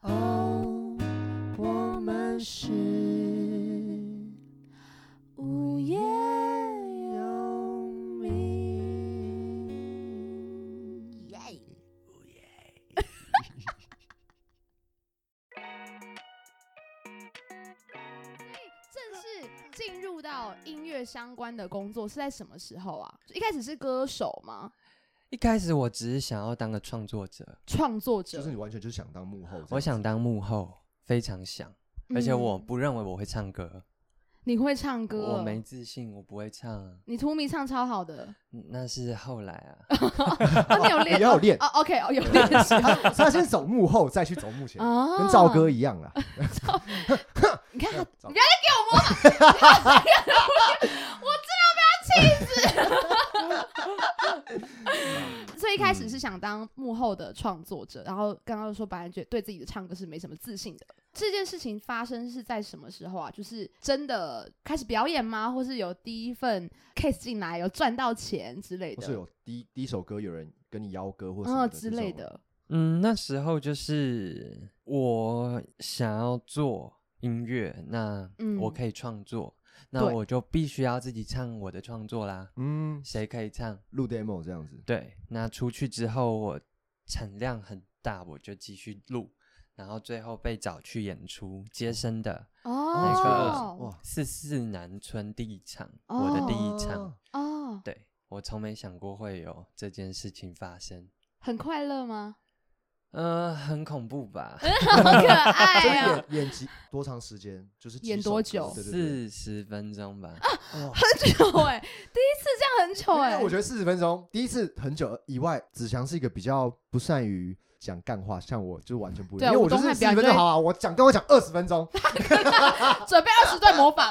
哦我们是无业游民。耶！哦正式进入到音乐相关的工作是在什么时候啊？一开始是歌手吗？一开始我只是想要当个创作者，创作者？就是你完全就是想当幕后这样子，我想当幕后，非常想，而且我嗯不认为我会唱歌，你会唱歌哦？我没自信，我不会唱，嗯你图迷唱超好 的，那是后来啊， 哦，你有练？你要有练哦哦，OK，哦，有练习他他先走幕后，再去走幕前，哦， 跟赵哥，一样 啦。 你看他赵你哥不要所以一嗯开始是想当幕后的创作者，然后刚刚说白兰觉得对自己的唱歌是没什么自信的。这件事情发生是在什么时候啊？就是真的开始表演吗？或是有第一份 case 进来，有赚到钱之类不的？是有第一第一首歌有人跟你邀歌或什么嗯的之这种类，的。嗯，那时候就是我想要做音乐，那嗯我可以创作，那对我就必须要自己唱我的创作啦，嗯，谁可以唱？录 demo 这样子，对，那出去之后我产量很大，我就继续录，然后最后被找去演出接生的那个哦哇，四四南村第一场，我的第一场，哦，对我从没想过会有这件事情发生，很快乐吗？呃，很恐怖吧？好可哦所以爱啊！演演几多长时间？就是几演首多歌久对对四对，十分钟吧，哇很久哎，第一次这样很久因哎为我，觉得四十分钟，第一次很久以外，子祥是一个比较不善于讲干话，像我就完全不一对样，因为我我就东是汉四表十分就钟会好啊，我讲跟我讲二十 分钟，准备二十段模 仿，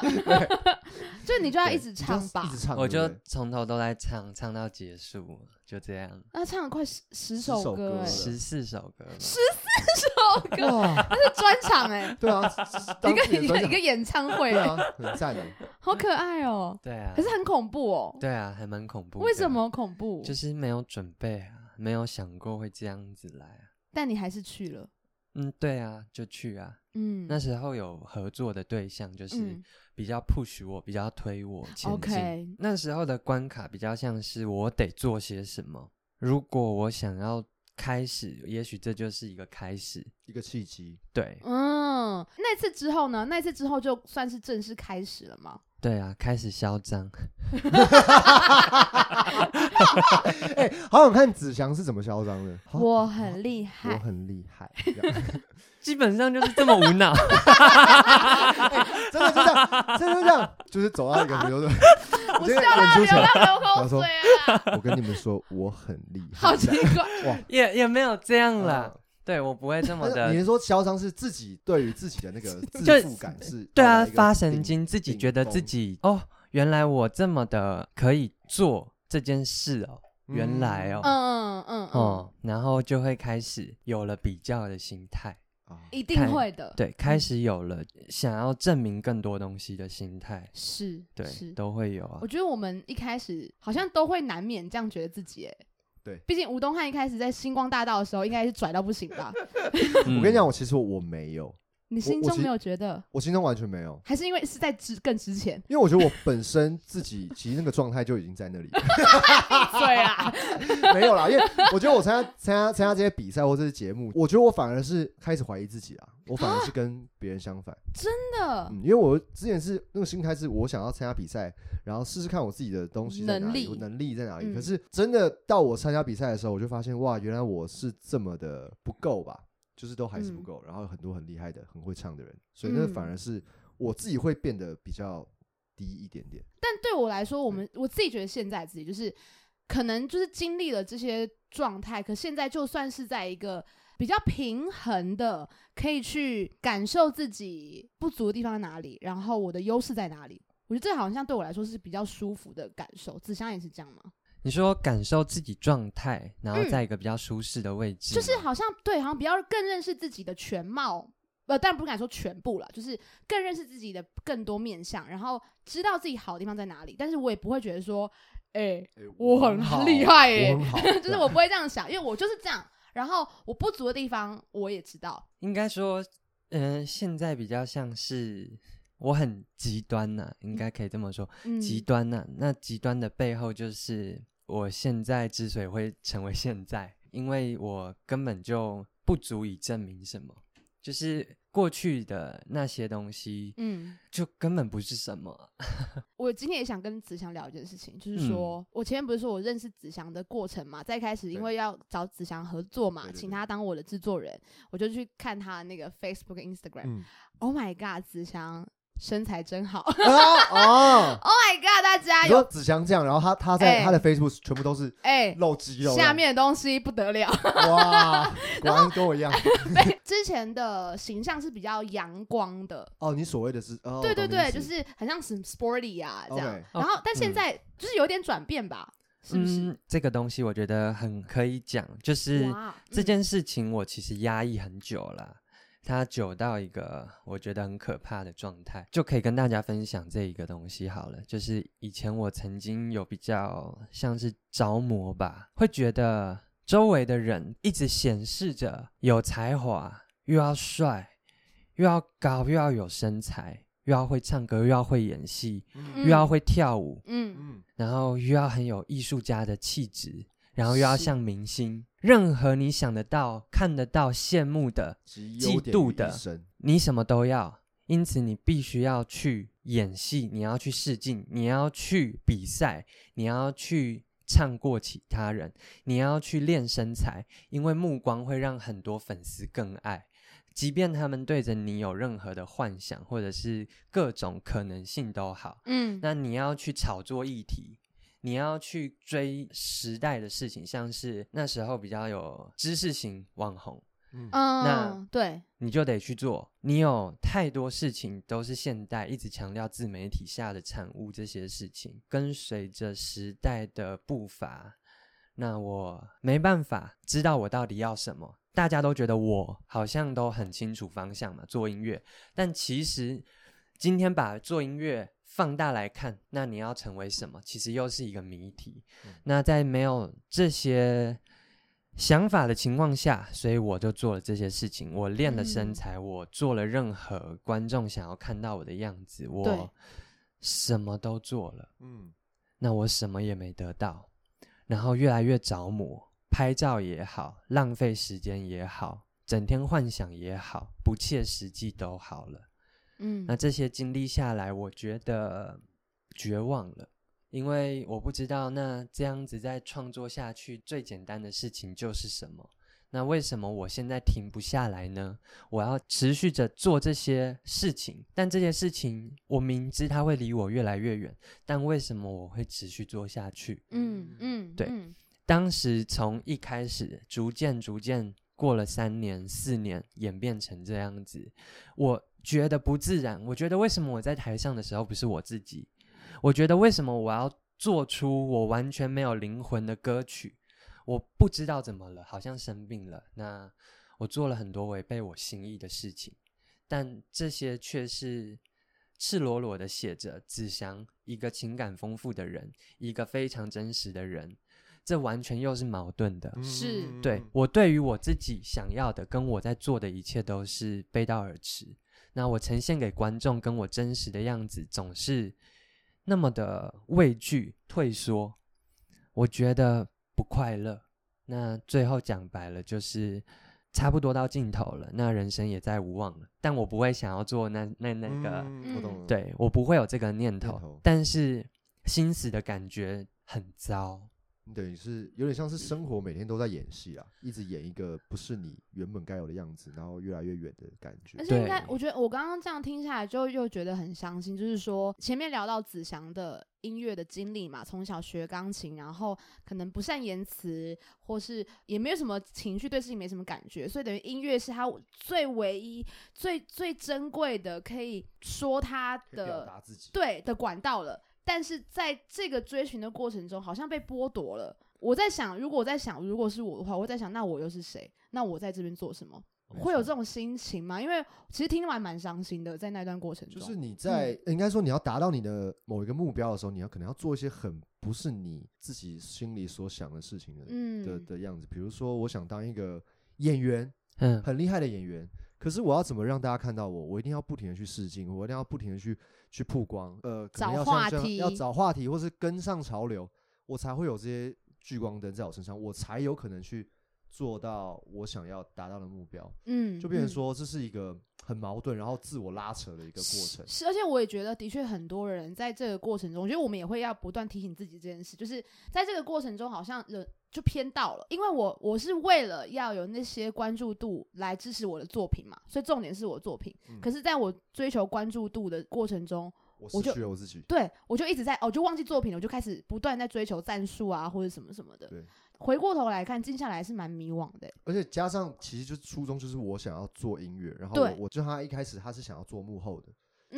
就你就要一直对唱你就吧一直。唱，我对就不对从头都在唱，唱到结束，就这样，那啊唱了快十十首首歌歌哎，了十四首歌吧，首歌哇，那是专场哎，对啊，一当个自己的一专个场一个演唱会对欸，啊，很赞的，好可爱哦。对啊，可是很恐怖哦，对啊，还蛮恐怖的，为什么恐啊怖？就是没有准备啊，没有想过会这样子来啊。但你还是去了，嗯，对啊，就去啊。嗯，那时候有合作的对象，就是嗯比较 push 我，比较推我前进。 OK 那时候的关卡比较像是我得做些什么。如果我想要开始，也许这就是一个开始。一个契机，对，嗯，那次之后呢？那次之后就算是正式开始了吗？对啊，开始嚣张。哎，好想看子祥是怎么嚣张的，好我很厉我害，很厉 害，这样基本上就是这么无 脑，真的就这样，真的就这样，就是走到一个比 如说，我今天演出流前，浪流口我说水啊，我跟你们说我很厉害，嗯好奇 怪，也也没有这样啦。对我不啊会这 么哦但是的。你是说嚣张是自己对于自己的那个就自负感是？对到啊，了一个发神顶经，自己顶觉得自峰己哦，原来我这么的可以做这件事哦，原来哦嗯嗯嗯嗯，哦，然后就会开始有了比较的心态，啊一定会的，对，嗯开始有了想要证明更多东西的心态，是，对是，。都会有啊我。觉得我们一开始好像都会难免这样觉得自己，哎，对毕竟吴东汉一开始在星光大道的时候，应该是拽到不行吧？我我跟你讲，，我其实我没有，你心我中其没有觉得，我心中完全没有，？还是因为是在之更之前 因为我觉得我本身自己其实那个状态就已经在那里了，对啊啦， 没有啦。因为我觉得我参加参加参加这些比赛或者是节目，我觉得我反而是开始怀疑自己啦，我反而是跟别人相反。真的，嗯，因为我之前是那个心态是我想要参加比赛，然后试试看我自己的东西在哪能里，力我能力在哪里。嗯可是真的到我参加比赛的时候，我就发现哇，原来我是这么的不够吧，就是都还是不嗯够。然后很多很厉害的、很会唱的人，所以那嗯反而是我自己会变得比较低一点点。但对我来说，我们我自己觉得现在自己就是可能就是经历了这些状态，可现在就算是在一个比较平衡的，可以去感受自己不足的地方在哪里，然后我的优势在哪里。我觉得这好像对我来说是比较舒服的感受。子香也是这样吗？你说感受自己状态，然后嗯在一个比较舒适的位置吗，就是好像对，好像比较更认识自己的全貌。呃，但不敢说全部了，就是更认识自己的更多面相，然后知道自己好的地方在哪里。但是我也不会觉得说，哎、我很厉，害哎、我 很好，就是我不会这样想，因为我就是这样。然后我不足的地方我也知道，应该说嗯、现在比较像是我很极端呐、应该可以这么说，嗯，极端呐、那极端的背后就是我现在之所以会成为现在， 因为我根本就不足以证明什么，就是过去的那些东西嗯，就根本不是什么。我今天也想跟子祥聊一件事情，嗯就是说、我前面不是说我认识子祥的过程嘛，在一开始因对为要找子祥合作嘛，对对请对他当我的制作人，我就去看他的那个 Facebook、Instagram、嗯 Oh my god，子祥身材真好！Oh 啊哦， my god，大家你有说子强这样，然后他他哎在他的 Facebook 全部都是哎、露肌肉的，下面的东西不得了。 哇，果然跟我一样。之前的形象是比较阳光的，哦，你所谓的是哦，对对懂你对，意思就是很像什么 sporty 啊这样。 OK 然后，但现嗯在就是有点转变吧，是不是？嗯，这个东西我觉得很可以讲，就是哇，这嗯件事情我其实压抑很久了，它久到一个我觉得很可怕的状态，就可以跟大家分享这一个东西好了。就是以前我曾经有比较像是着魔吧，会觉得周围的人一直显示着有才华，又要帅，又要高，又要有身材，又要会唱歌，又要会演戏，嗯又要会跳舞，嗯嗯，然后又要很有艺术家的气质，然后又要是像明星，任何你想得到、看得到、羡慕的，集嫉优点妒于一的身你什么都要。因此，你必须要去演戏，你要去试镜，你要去比赛，你要去唱过其他人，你要去练身材，因为目光会让很多粉丝更爱。即便他们对着你有任何的幻想，或者是各种可能性都好，嗯那你要去炒作议题，你要去追时代的事情，像是那时候比较有知识型网红，嗯嗯，对，你就得去做。你有太多事情都是现代一直强调自媒体下的产物，这些事情跟随着时代的步伐，那我没办法知道我到底要什么。大家都觉得我好像都很清楚方向嘛，做音乐，但其实今天把做音乐放大来看，那你要成为什么，其实又是一个谜题。嗯那在没有这些想法的情况下，所以我就做了这些事情。我练了身嗯材，我做了任何观众想要看到我的样子，对我什么都做了。嗯，那我什么也没得到，然后越来越着魔，拍照也好，浪费时间也好，整天幻想也好，不切实际都好了。嗯那这些经历下来，我觉得绝望了，因为我不知道那这样子再创作下去，最简单的事情就是什么。那为什么我现在停不下来呢？我要持续着做这些事情，但这些事情我明知它会离我越来越远，但为什么我会持续做下去？嗯嗯，对嗯当时从一开始，逐渐逐渐过了三年、四年，演变成这样子，我觉得不自然。我觉得为什么我在台上的时候不是我自己？我觉得为什么我要做出我完全没有灵魂的歌曲？我不知道怎么了，好像生病了。那我做了很多违背我心意的事情，但这些却是赤裸裸的写着子祥一个情感丰富的人，一个非常真实的人，这完全又是矛盾的。是嗯对，我对于我自己想要的跟我在做的一切都是背道而驰。那我呈现给观众跟我真实的样子总是那么的畏惧退缩，我觉得不快乐。那最后讲白了就是。差不多到尽头了，那人生也再无望了。但我不会想要做那那那个，嗯我懂了，对我不会有这个念头。头但是心死的感觉很糟，你等于是有点像是生活每天都在演戏啊，一直演一个不是你原本该有的样子，然后越来越远的感觉而。且应对该，我觉得我刚刚这样听下来，就又觉得很伤心。就是说，前面聊到子祥的音乐的经历嘛，从小学钢琴，然后可能不善言辞，或是也没有什么情绪，对事情没什么感觉，所以等于音乐是他最唯一、最最珍贵的，可以说他表的达自己，对的管道了。但是在这个追寻的过程中，好像被剥夺了。我在想，如果我在想，如果是我的话，我会在想，那我又是谁？那我在这边做什么？会有这种，种心情吗？因为其实听完蛮伤心的，在那段过程中，就是你在应该说你要达到你的某一个目标的时候，你要可能要做一些很不是你自己心里所想的事情的的嗯，的样子。比如说，我想当一个演员，嗯，很厉害的演员，可是我要怎么让大家看到我？我一定要不停的去试镜，我一定要不停的去去曝光，呃，可能找要像话像题要找话题，或是跟上潮流，我才会有这些聚光灯在我身上，我才有可能去做到我想要达到的目标。嗯，就变嗯成说，这是一个很矛盾，然后自我拉扯的一个过程。是，而且我也觉得，的确很多人在这个过程中，我觉得我们也会要不断提醒自己这件事，就是在这个过程中，好像人就偏到了，因为我我是为了要有那些关注度来支持我的作品嘛，所以重点是我作品。嗯可是，在我追求关注度的过程中，我我失就去了我自己。对我就一直在哦，我就忘记作品了，我就开始不断在追求战术啊，或者什么什么的对。回过头来看，静下来是蛮迷惘的欸、而且加上，其实就是初衷就是我想要做音乐，然后对我我就他一开始他是想要做幕后的，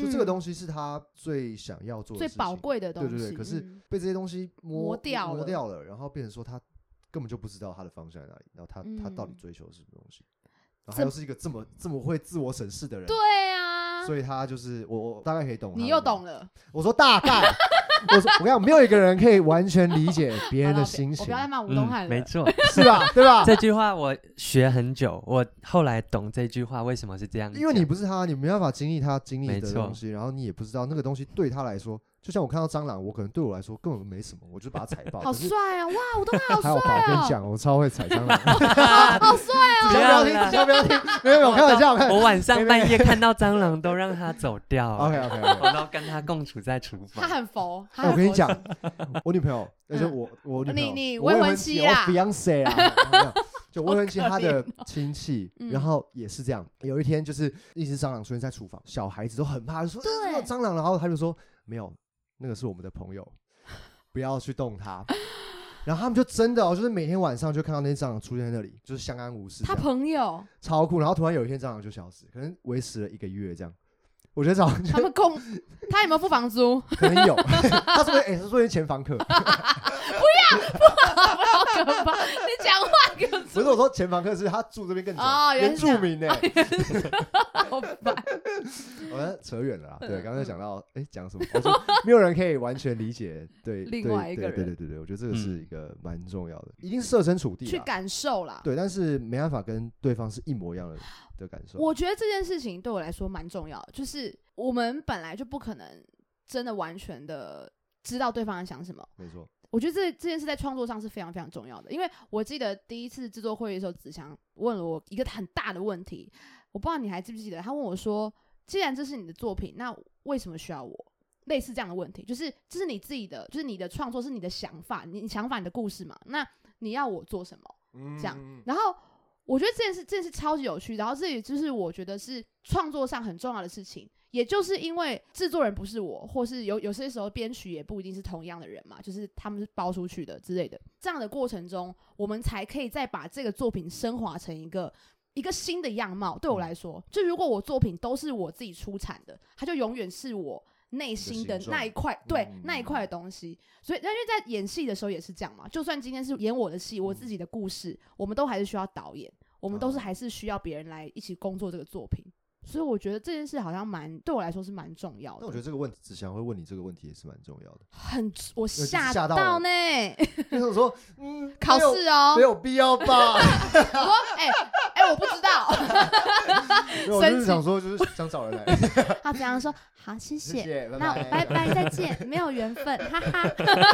就这嗯个东西是他最想要做的最事宝情贵的东对西。对对可是嗯被这些东西磨磨掉磨了掉了，然后变成说他根本就不知道他的方向在哪里，然后他、他到底嗯追求是什么东西，然后他又是一个这么这么会自我审视的人，对啊，嗯所以他就是我我大概可以懂，你又懂，了。我说大概， 我说我跟你讲，没有一个人可以完全理解别人好了的我心不情我不，要再骂吴嗯东汉了。没错，是吧？对吧？这句话我学很久，我后来懂这句话为什么是这样讲，因为你不是他，你没办法经历他经历没的错东西，然后你也不知道那个东西对他来说，就像我看到蟑螂，我可能对我来说根本没什么，我就把它踩爆。好可是帅啊！哇，吴东汉好还帅 好吧，我跟你哦，讲，我超会踩蟑 螂。好帅 啊！只要不要听，只要不 要听，没有没有，开玩笑，我看。我晚上半夜看到蟑螂都让它走掉 OK 了， OK 我 OK。都跟它共处在厨他房。很佛，他哎，很我跟你佛讲系，我女朋友，而且嗯我我女朋友，你你我未未婚婚妻妻我啦 fiance 啊，就未婚妻好可她的怜哦亲戚，嗯然后也是这样。有一天就是一只蟑螂出现在厨房，小孩子都很怕，就说哎对有蟑螂，然后他就说没有，那个是我们的 朋友，不要去动它。然后他们就真的哦，就是每天晚上就看到那只蟑螂出现在那里，就是相安无事这他样。朋 友，超酷。然后突然有一天蟑螂就消失，可能维持了一个月这样。我觉得蟑螂他们共，他有没有付房租？ 可能有， 他说哎、他说是前房客，好可怕！你讲话给我不是我说前房客是他住这边更久，哦原来原是这样住民呢、 好 啊烦。好像扯远了啦。对，嗯刚才讲到哎 讲、什么，我说没有人可以完全理解对另对外一个对对对人对对，我觉得这个是一个蛮重要的，一定设身处地去啦感受啦。对，但是没办法跟对方是一模一样的的感受。我觉得这件事情对我来说蛮重要的，就是我们本来就不可能真的完全的知道对方在想什么。没错，我觉得这这件事在创作上是非常非常重要的，因为我记得第一次制作会议的时候，子祥问了我一个很大的问题，我不知道你还记不记得，他问我说：“既然这是你的作品，那为什么需要我？”类似这样的问题，就是这是你自己的，就是你的创作是你的想法，你你想法你的故事嘛，那你要我做什么？这样嗯然后我觉得这件事，这件事超级有趣。然后这也就是我觉得是创作上很重要的事情。也就是因为制作人不是我，或是有有些时候编曲也不一定是同样的人嘛，就是他们是包出去的之类的。这样的过程中，我们才可以再把这个作品升华成一个一个新的样貌。嗯对我来说，就如果我作品都是我自己出产的，它就永远是我内心的形状那一块，对、嗯那一块的东西。所以，那因为在演戏的时候也是这样嘛，就算今天是演我的戏，我自己的故事，我们都还是需要导演，我们都是嗯哦还是需要别人来一起工作这个作品。所以我觉得这件事好像蛮对我来说是蛮重要但我的，觉得这个问题，子祥会问你这个问题也是蛮重要的。呃很我是吓吓到到了呢， 就是我说，嗯，考没有试哦没，有必要吧？ 我说哎哎我不知道， 没有，我生就是气想说，就是想找人来，他怎样说好 谢谢谢，谢，那拜拜。拜再见，没有缘分，哈哈，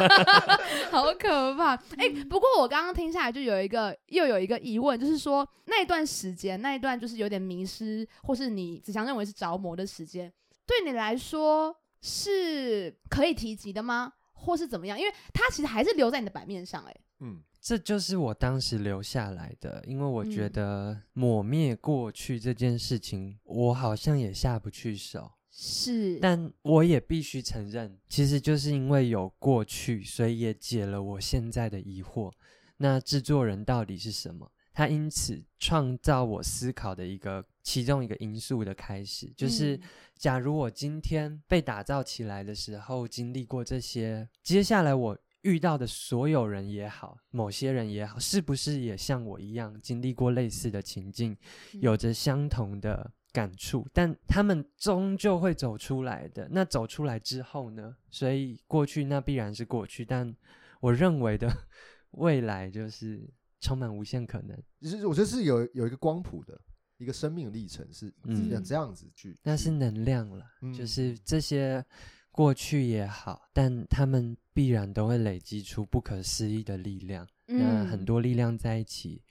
好可怕。哎、不过我刚刚听下来就有一个又有一个疑问，就是说那一段时间，那一段就是有点迷失，或是你子祥认为是着魔的时间，对你来说是可以提及的吗？或是怎么样？因为它其实还是留在你的版面上、哎，嗯，这就是我当时留下来的，因为我觉嗯得抹灭过去这件事情，我好像也下不去手。是，但我也必须承认，其实就是因为有过去，所以也解了我现在的疑惑。那制作人到底是什么？他因此创造我思考的一个其中一个因素的开始，就是嗯假如我今天被打造起来的时候经历过这些，接下来我遇到的所有人也好，某些人也好，是不是也像我一样经历过类似的情境，有着相同的感触？但他们终究会走出来的。那走出来之后呢？所以过去那必然是过去，但我认为的 未来就是充满无限可能。就是我觉得是有有一个光谱的，一个生命历程是嗯这样子去，那是能量了，嗯就是这些过去也好，但他们必然都会累积出不可思议的力量。嗯那呃很多力量在一起，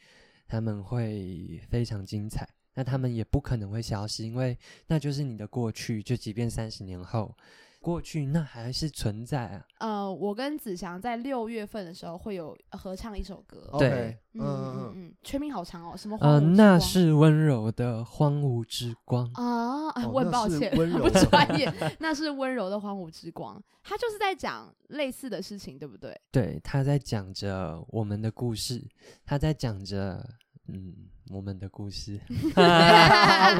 他们会非常精彩。那他们也不可能会消失，因为那就是你的过去。就即便三十年后，过去那还是存在啊。呃，我跟子祥在六月份的时候会有合唱一首歌，对 OK，嗯嗯嗯，全名好长哦，什么荒芜嗯、之那光是温柔的荒芜之光。 啊，哎哦我很那抱是歉，温柔不的专 业，那是温柔的荒芜之光，他就是在讲类似的事情，对不对？对，他在讲着我们的故事，他在讲着嗯我们的故事。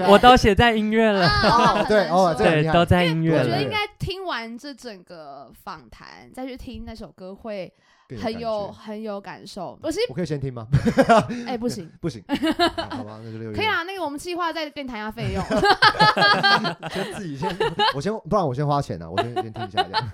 我 都写在音乐了， 啊哦对哦这个很对厉，害都在音我乐觉得应了。该听完这整个访谈，再去听那首歌会更很感有觉很有感受。我其实我可以先听吗？ 哎、不行，不行，好好吧，那就六月。可以啊，那个我们计划再跟你谈一下费 用。先自己先，我先，不然我先花钱啊，我先先听一下这样。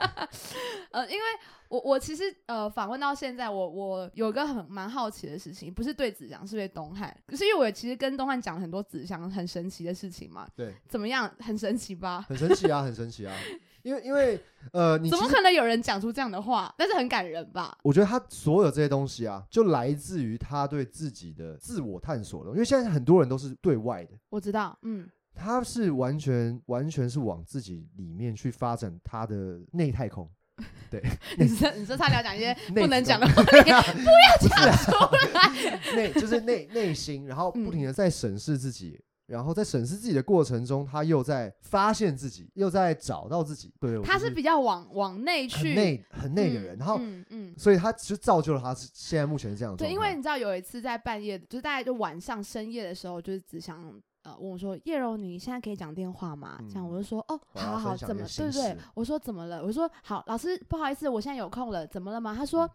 呃，因为我我其实呃访问到现在，我我有一个很蛮好奇的事情，不是对子祥，是对东汉。可是因为我其实跟东汉讲了很多子祥很神奇的事情嘛，对，怎么样，很神奇吧？很神奇啊，很神奇啊，因为因为呃，你怎么其实可能有人讲出这样的话？但是很感人吧？我觉得他所有这些东西啊，就来自于他对自己的自我探索了。因为现在很多人都是对外的，我知道，嗯，他是完全完全是往自己里面去发展他的内太空， 你是你是差点要讲一些 内啊不能子讲的宫话，你不要讲出来。 内就是内内心，然后不嗯停的在审视自己。然后在审视自己的过程中，他又在发现自己，又在找到自己。对，我他就是比较往往内很去内很内的人，嗯然后嗯嗯。所以他就造就了他是现在目前是这样的对，状因为态你知道有一次在半夜，就是大概就晚上深夜的时候，就是只想呃问我说：“叶柔，你现在可以讲电话吗？”这样嗯我就说：“哦，我好好要好，分享怎一么些对心对事？”我说：“怎么了？”我说：“好，老师，不好意思，我现在有空了，怎么了吗？”他 说：“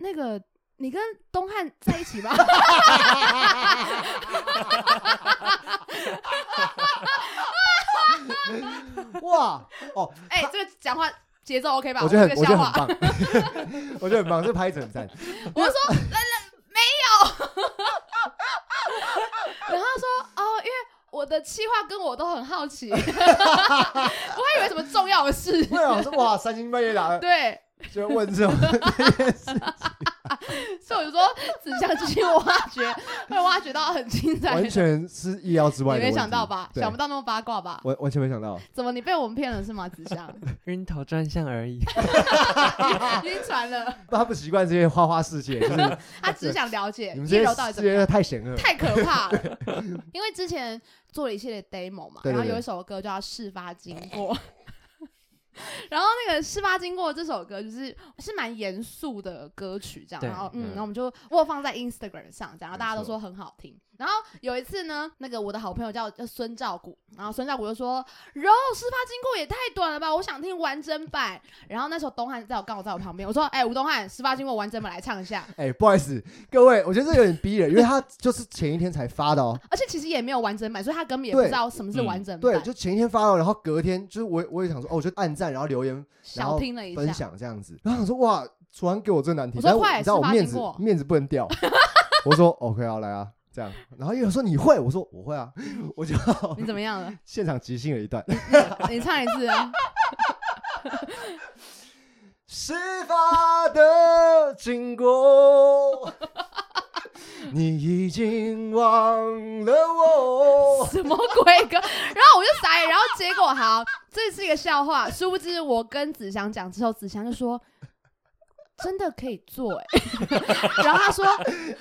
那个你跟东汉在一起吧。”哇哦，哎、这个讲话节奏 OK 吧？我觉得很这个我觉笑得话很棒，我觉得很棒，这 拍子很赞。我说来来没有，然后他说哦，因为我的气话跟我都很好 奇，我还以为什么重要的事。魏老师哇，三更半夜打对，就问这种这件事，所以我就说只想继续挖掘，会挖掘到很精彩完的。全是意料之外你的没问想题到吧？对想不到那么八卦吧？完完全没想到，怎么你被我们骗了是吗？子 祥晕头转向而 已。晕船了，他不习惯这些花花世界，就是他只想了解你们一这柔些到底这怎么些样，太险恶了。太可怕了。因为之前做了一系列 demo 嘛，对对对然后有一首歌叫《事发经过》， 然后那个《事发经过》这首歌就是是蛮严肃的歌曲，这样，对然后嗯，嗯然后我们就我有放在 Instagram 上，这样，然后大家都没错说很好听。然后有一次呢，那个我的好朋友叫叫孙兆谷，然后孙兆谷就说：“然后事发经过也太短了吧，我想听完整版。”然后那时候东汉在我刚好在我旁边，我说：“哎、吴东汉，事发经过完整版来唱一下。”哎，不好意思，各位，我觉得这有点逼人，因为他就是前一天才发的哦，而且其实也没有完整版，所以他根本也不对知道什么是完整版。对，就前一天发了，哦然后隔天就是我我也想说，哦，我就按赞，然后留言然小后听了一分下，享这样子，然后我说哇，突然给我这难题，我说但是快你知道我事发面经子过面子不能掉， 我说 OK 啊，来啊，这样，然后又有说你会，我说我会啊，我就你怎么样了？现场即兴了一段，你唱一次啊！ 事发的 经过，你已经忘了 我，什么鬼歌？然后我就傻眼，然后结果好，这是一个笑话。殊不知我跟子祥讲之后，子祥就说。真的可以做哎、 然后他说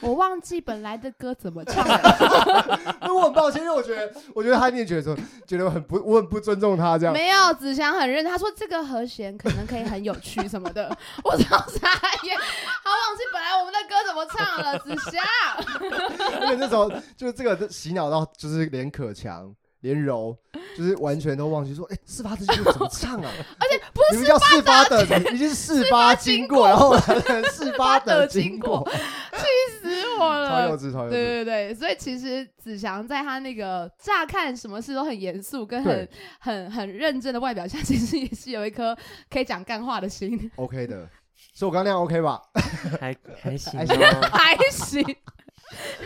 我忘记本来的歌怎么唱 了，因为我很抱歉，因为我觉得我觉得他一定觉得说觉得我很不我很不尊重他这样，没有子祥很认真，他说这个和弦可能可以很有趣什么的，我超傻眼，好忘记本来我们的歌怎么唱了，子祥，因为那时候就是这个洗脑到，就是连可强、连柔，就是完全都忘记说，哎、事发的经过怎么唱啊？而且不你是们叫事发的，已经是事发经过，然后来了事发的经过，死我超了幼，稚，超幼稚。对对对，所以其实子祥在他那个乍看什么事都很严肃跟很对很很认真的外表下，其实也是有一颗可以讲干话的心， OK 的，所以我刚刚那样 OK 吧？ 还还行、还哦，行还行。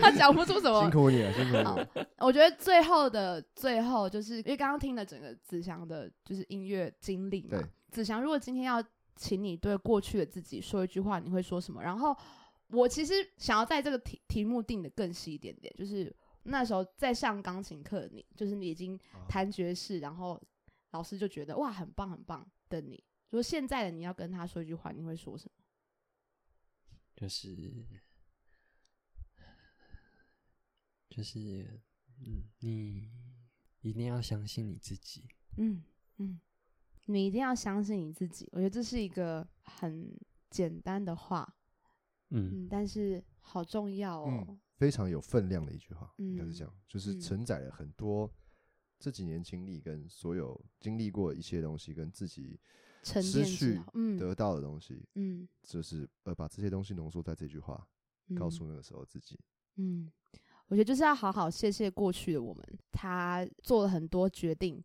他讲不出什么辛苦你了，辛苦你好 了。，我觉得最后的最后，就是因为刚刚听了整个子祥的，就是音乐经历嘛对。子祥，如果今天要请你对过去的自己说一句话，你会说什么？然后我其实想要在这个题题目定的更细一点点，就是那时候在上钢琴课的你，就是你已经弹爵士，然后老师就觉得哇，很棒很棒的你。如果现在的你要跟他说一句话，你会说什么？就是嗯就是，嗯，你一定要相信你自己。嗯，嗯，你一定要相信你自己。我觉得这是一个很简单的话，嗯，嗯，但是好重要哦。嗯非常有分量的一句话，应该是嗯这样，就是嗯承载了很多这几年经历跟所有经历过的一些东西，跟自己沉失淀去之后，嗯得到的东西，嗯，就是呃把这些东西浓缩在这句话，嗯告诉那个时候自己。嗯，我觉得就是要好好谢谢过去的我们，他做了很多决定，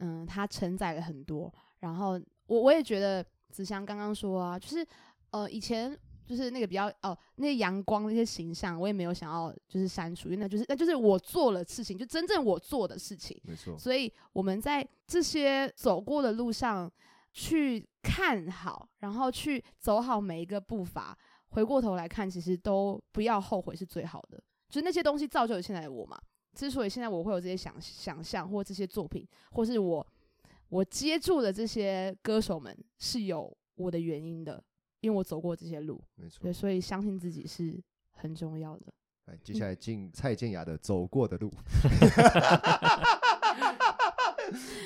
嗯，他承载了很多。然后我我也觉得子祥刚刚说啊，就是呃以前。就是那个比较哦，那些阳光那些形象，我也没有想要就是删除，因为那就是那就是我做了事情，就真正我做的事情。没错，所以我们在这些走过的路上去看好，然后去走好每一个步伐，回过头来看，其实都不要后悔是最好的。就是那些东西造就了现在的我嘛。之所以现在我会有这些想想象或这些作品，或是我我接触的这些歌手们，是有我的原因的，因为我走过这些路，没错对，。所以相信自己是很重要的。来，接下来嗯进蔡健雅的《走过的路》 。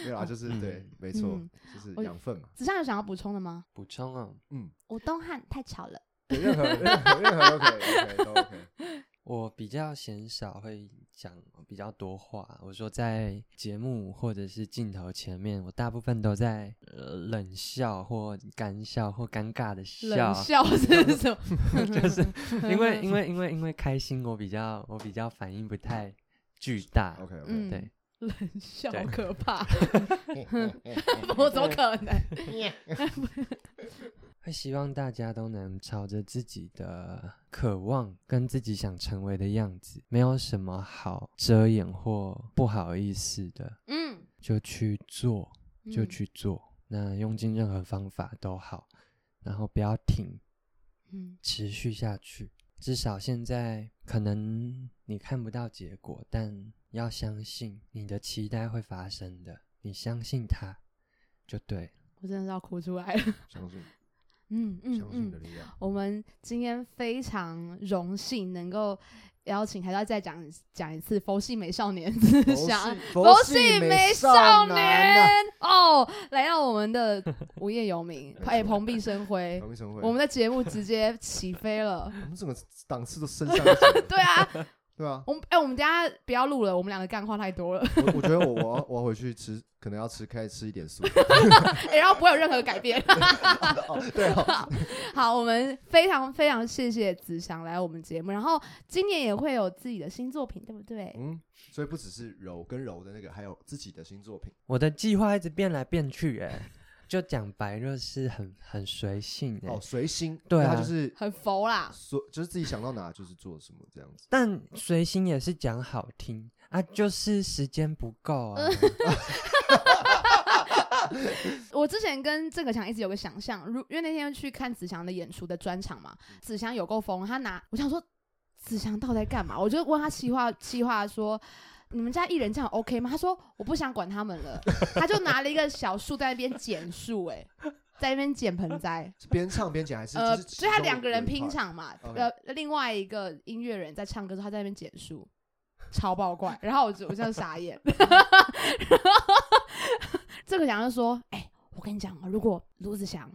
没有啦，就是对嗯，没错哦嗯，就是我养分嘛。子尚有想要补充的吗？补充哦，嗯，我东汉太巧了。对任何任何任何都可以，OK 都 OK。我比较嫌少会讲比较多话。我说在节目或者是镜头前面，我大部分都在呃冷笑或干笑或尴尬的冷笑笑，是什么？就是因为因为因为因为开心，我比较我比较反应不太巨大。 OK OK，嗯对，冷笑对可怕，嗯 我怎么可能？会希望大家都能朝着自己的渴望跟自己想成为的样子，没有什么好遮掩或不好意思的，嗯，就去做，就去做。那用尽任何方法都好，然后不要停，嗯，持续下去。至少现在可能你看不到结果，但要相信你的期待会发生的，你相信它就对了。我真的是要哭出来了。 相信 嗯嗯相信的嗯，力量。我们今天非常荣幸能够邀请，还是要再讲讲一次佛系美少年 思 想。佛佛系美少年啊哦，来到我们的无业游 民，没错哎，蓬荜生辉 我，们我们的节目直接起飞了。我们整个档次都升上去了， 对啊，对啊。我们哎，我们等一下不要录了，我们两个干话太多了， 我我觉得我我要我要回去吃，可能要吃开吃一点素。哎然后不会有任何改变。 哦，对哦，好，我们非常非常谢谢子祥来我们节目，然后今年也会有自己的新作品，对不对？嗯，所以不只是柔跟柔的那个，还有自己的新作品。我的计划一直变来变去、欸， 哎，就讲白就是很很随性、欸，哦，随心，对啊他就是很佛啦，所就是自己想到哪就是做什么这样子。但随心也是讲好听啊，就是时间不够啊，我之前跟郑可强一直有个想象，如因为那天去看子祥的演出的专场嘛，子祥有够疯，他拿我想说子祥到底在干嘛？我就问他企划企划说。你们家艺人这样 OK 吗？他说我不想管他们了，他就拿了一个小树在那边剪树，哎，在那边剪盆栽，是边唱边讲还是？呃，就是其所以他中两个人有一拼 part 场嘛， OK 呃，另外一个音乐人在唱歌的时候，他在那边剪书，超爆怪，然后我就我就傻眼， 然后这个想就说，哎、我跟你讲啊，如果卢子祥、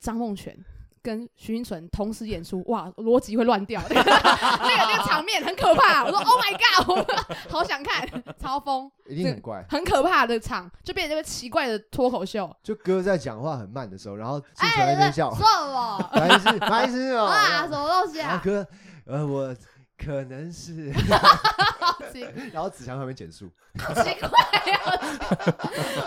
张梦泉。跟徐云纯同时演出，哇，逻辑会乱掉， 那个那个场面很可怕。我说 Oh my god，我好想看，超疯，一定很怪。很可怕的场，就变成那个奇怪的脱口秀。就哥在讲话很慢的时候，然后进哎传在那边笑，算了，白痴白痴哦。啊，什 么东西然啊后？哥，呃，我可能是，奇然后子强旁边减速，奇怪啊！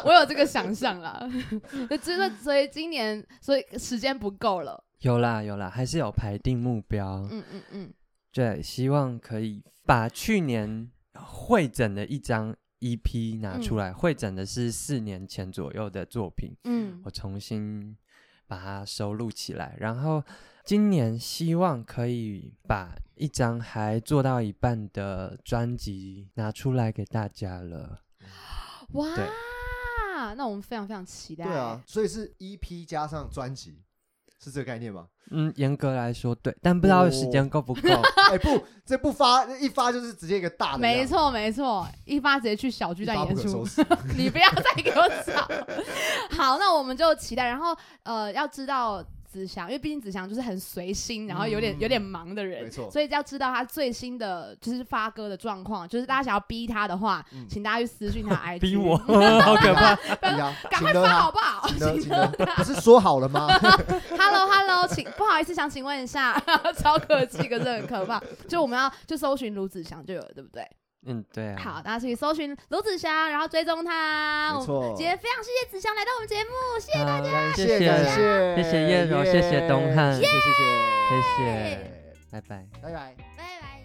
我有这个想象啦， 那真的，所以今年，所以时间不够了。有啦有啦，还是有排定目标，嗯嗯嗯，对，希望可以把去年会诊的一张 EP 拿出来，会诊的是四年前左右的作品，嗯我重新把它收录起来，然后今年希望可以把一张还做到一半的专辑拿出来给大家了。哇对，那我们非常非常期待。对啊，，所以是 EP 加上专辑，是这个概念吗？ 嗯，严格来说对，但不知道时间够不够。哎、不，这不发一发就是直接一个大的，啊没，错没错，一发直接去小巨啊蛋一发不演可出 收。拾。你不要再给我 吵。好，那我们就期待。然后呃，要知道子祥，因为毕竟子祥就是很随心，然后有点、有点忙的人，嗯没错所以要知道他最新的就是发歌的状况。就是大家想要逼他的话，嗯请大家去私讯他 IG，逼我，好可怕！对呀，赶请快得发好他，不好？ 请得，请得，啊不是说好了 吗？ Hello Hello，请不好意思，想请问一下， 超客气，可是很可怕。 就我们要就搜寻卢子祥就有了，对不对？嗯，对啊。好，大家去搜寻卢子祥，然后追踪他。没我们错今，天非常谢谢子祥来到我们节目，谢谢。好，感谢谢，感谢，谢谢叶柔谢谢东汉谢谢谢谢，谢谢，拜拜。拜拜。拜拜。